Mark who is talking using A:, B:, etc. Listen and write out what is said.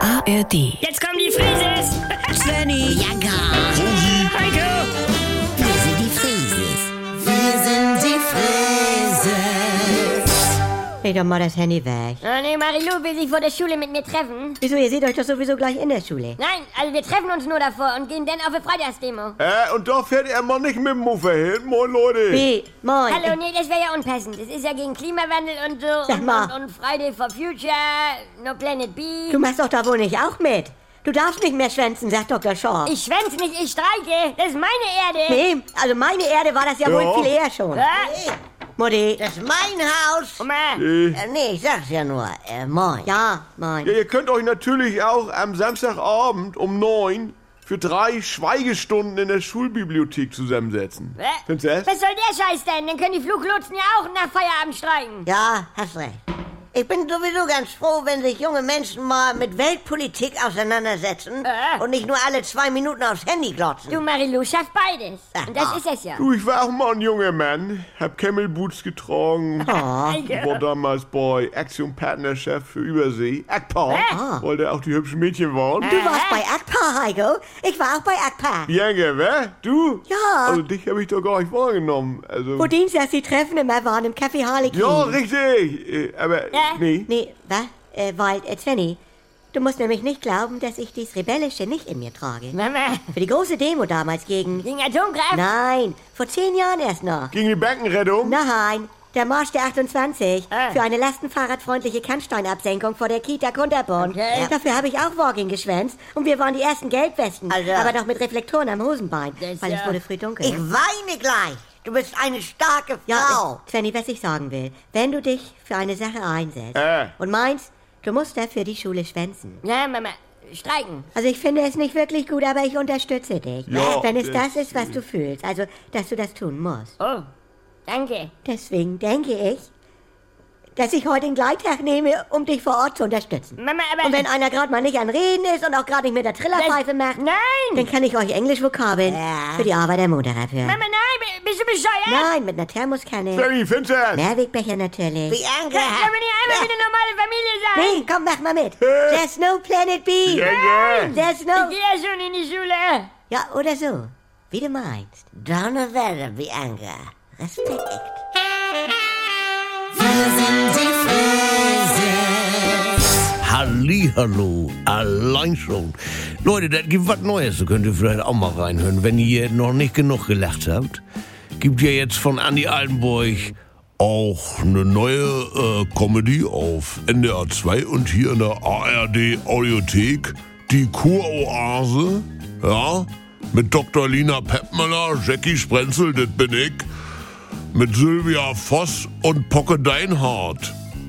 A: ARD.
B: Jetzt kommen die Frises!
C: Svenny.
D: Ja, gar.
B: Heiko!
D: Wir sind die Frieses. Wir sind die Frieses.
C: Leg doch mal das Handy weg.
E: Oh, nee, Marilou will sich vor der Schule mit mir treffen.
C: Wieso, ihr seht euch doch sowieso gleich in der Schule.
E: Nein, also wir treffen uns nur davor und gehen dann auf eine Freitagsdemo.
F: Äh, und da fährt er mal nicht mit dem Muffer hin. Moin, Leute.
C: Wie? Moin.
E: Hallo, nee, das wäre ja unpassend. Das ist ja gegen Klimawandel und so.
C: Sag
E: Und,
C: mal.
E: und, und Friday for Future, No Planet B.
C: Du machst doch da wohl nicht auch mit. Du darfst nicht mehr schwänzen, sagt Dr. Shaw.
E: Ich schwänz nicht, ich streike. Das ist meine Erde.
C: Nee, also meine Erde war das ja,
F: Ja.
C: wohl viel eher schon.
E: Hä? Oh
C: Mutti. Oh,
D: Das ist mein Haus.
E: Oma,
F: Äh,
D: Äh, nee, ich sag's ja nur. Äh, moin.
C: Ja, moin.
F: ja, ihr könnt euch natürlich auch am Samstagabend um 9 für drei Schweigestunden in der Schulbibliothek zusammensetzen.
E: Hä?
F: Findest du das?
E: was soll der Scheiß denn? Dann können die Fluglotsen ja auch nach Feierabend streiken.
D: Ja, hast recht. Ich bin sowieso ganz froh, wenn sich junge Menschen mal mit Weltpolitik auseinandersetzen
E: Äh.
D: und nicht nur alle zwei Minuten aufs Handy glotzen.
E: Du, Marilou, schafft beides.
D: Sag
E: Und
C: ah.
E: das
D: mal.
E: ist es ja.
F: Du, ich war auch mal ein junger Mann, hab Camelboots getragen,
D: Oh,
F: war damals bei Action Partner Chef für Übersee, Akpa,
C: Ah.
F: weil da auch die hübschen Mädchen waren.
C: Du warst bei ACPA, Heiko. Ich war auch bei ACPA.
F: Jange, wer? Du?
C: Ja.
F: Also dich habe ich doch gar nicht wahrgenommen. Also.
C: Wo Dienstags die Treffen immer waren im Café Harlequin.
F: ja, richtig. Äh, Aber
E: Ja.
F: nee.
C: Nee, was? Äh, weil, äh, Svenny, du musst nämlich nicht glauben, dass ich dies Rebellische nicht in mir trage.
E: Mama,
C: Für die große Demo damals gegen...
E: gegen Atomkraft?
C: Nein, vor zehn Jahren erst noch.
F: Gegen die Bankenrettung?
C: Nein, der Marsch der 28
E: Ah.
C: für eine lastenfahrradfreundliche Kannsteinabsenkung vor der Kita Kunterbund.
E: Okay.
C: Ja, Dafür habe ich auch Walking geschwänzt und wir waren die ersten Gelbwesten,
D: Also-
C: aber doch mit Reflektoren am Hosenbein,
E: Das
C: weil
E: ja.
C: es wurde früh dunkel.
D: Ich weine gleich. Du bist eine starke Frau.
C: ja, ich, Svenny, was ich sagen will, wenn du dich für eine Sache einsetzt
F: Ah.
C: und meinst, du musst dafür die Schule schwänzen.
E: Ja, Mama, streiken.
C: Also ich finde es nicht wirklich gut, aber ich unterstütze dich.
F: Ja,
C: wenn es
F: das- äh.
C: das ist, was du fühlst, also dass du das tun musst.
E: Oh, danke.
C: Deswegen denke ich, dass ich heute den Gleittag nehme, um dich vor Ort zu unterstützen.
E: Mama, aber...
D: نعم.
C: Und wenn einer gerade mal nicht an Reden ist und auch gerade nicht mit der Trillerpfeife macht,
E: Nein!
C: dann kann ich euch Englisch-Vokabeln
D: Ja.
C: für die Arbeit der Mutter abhören.
E: Mama, nein, bi- bist du bescheuert?
C: Nein, mit einer Thermoskanne,
F: Freddy, findest du das?
C: Mehrwegbecher natürlich.
D: Wie Anke
E: Kann man nicht
D: Ja.
E: einfach wie eine normale Familie sein?
C: Nee, komm, mach mal mit. There's no Planet B.
F: Jange!
C: There's
E: Ich
C: no...
E: gehe ja schon in die Schule.
C: Ja, oder so. Wie du meinst.
D: Donnerwetter, wie Anke. Respekt.
G: Hallihallo, allein schon. Leute, das gibt was Neues, da könnt ihr vielleicht auch mal reinhören. Wenn ihr noch nicht genug gelacht habt, gibt ja jetzt von Andy Altenburg auch eine neue äh, Comedy auf NDR 2 und hier in der ARD Audiothek. Die Kuroase, ja, mit Dr. Lina Peppmüller, Jackie Sprenzel, das bin ich mit Sylvia Voss und Pocke Deinhardt.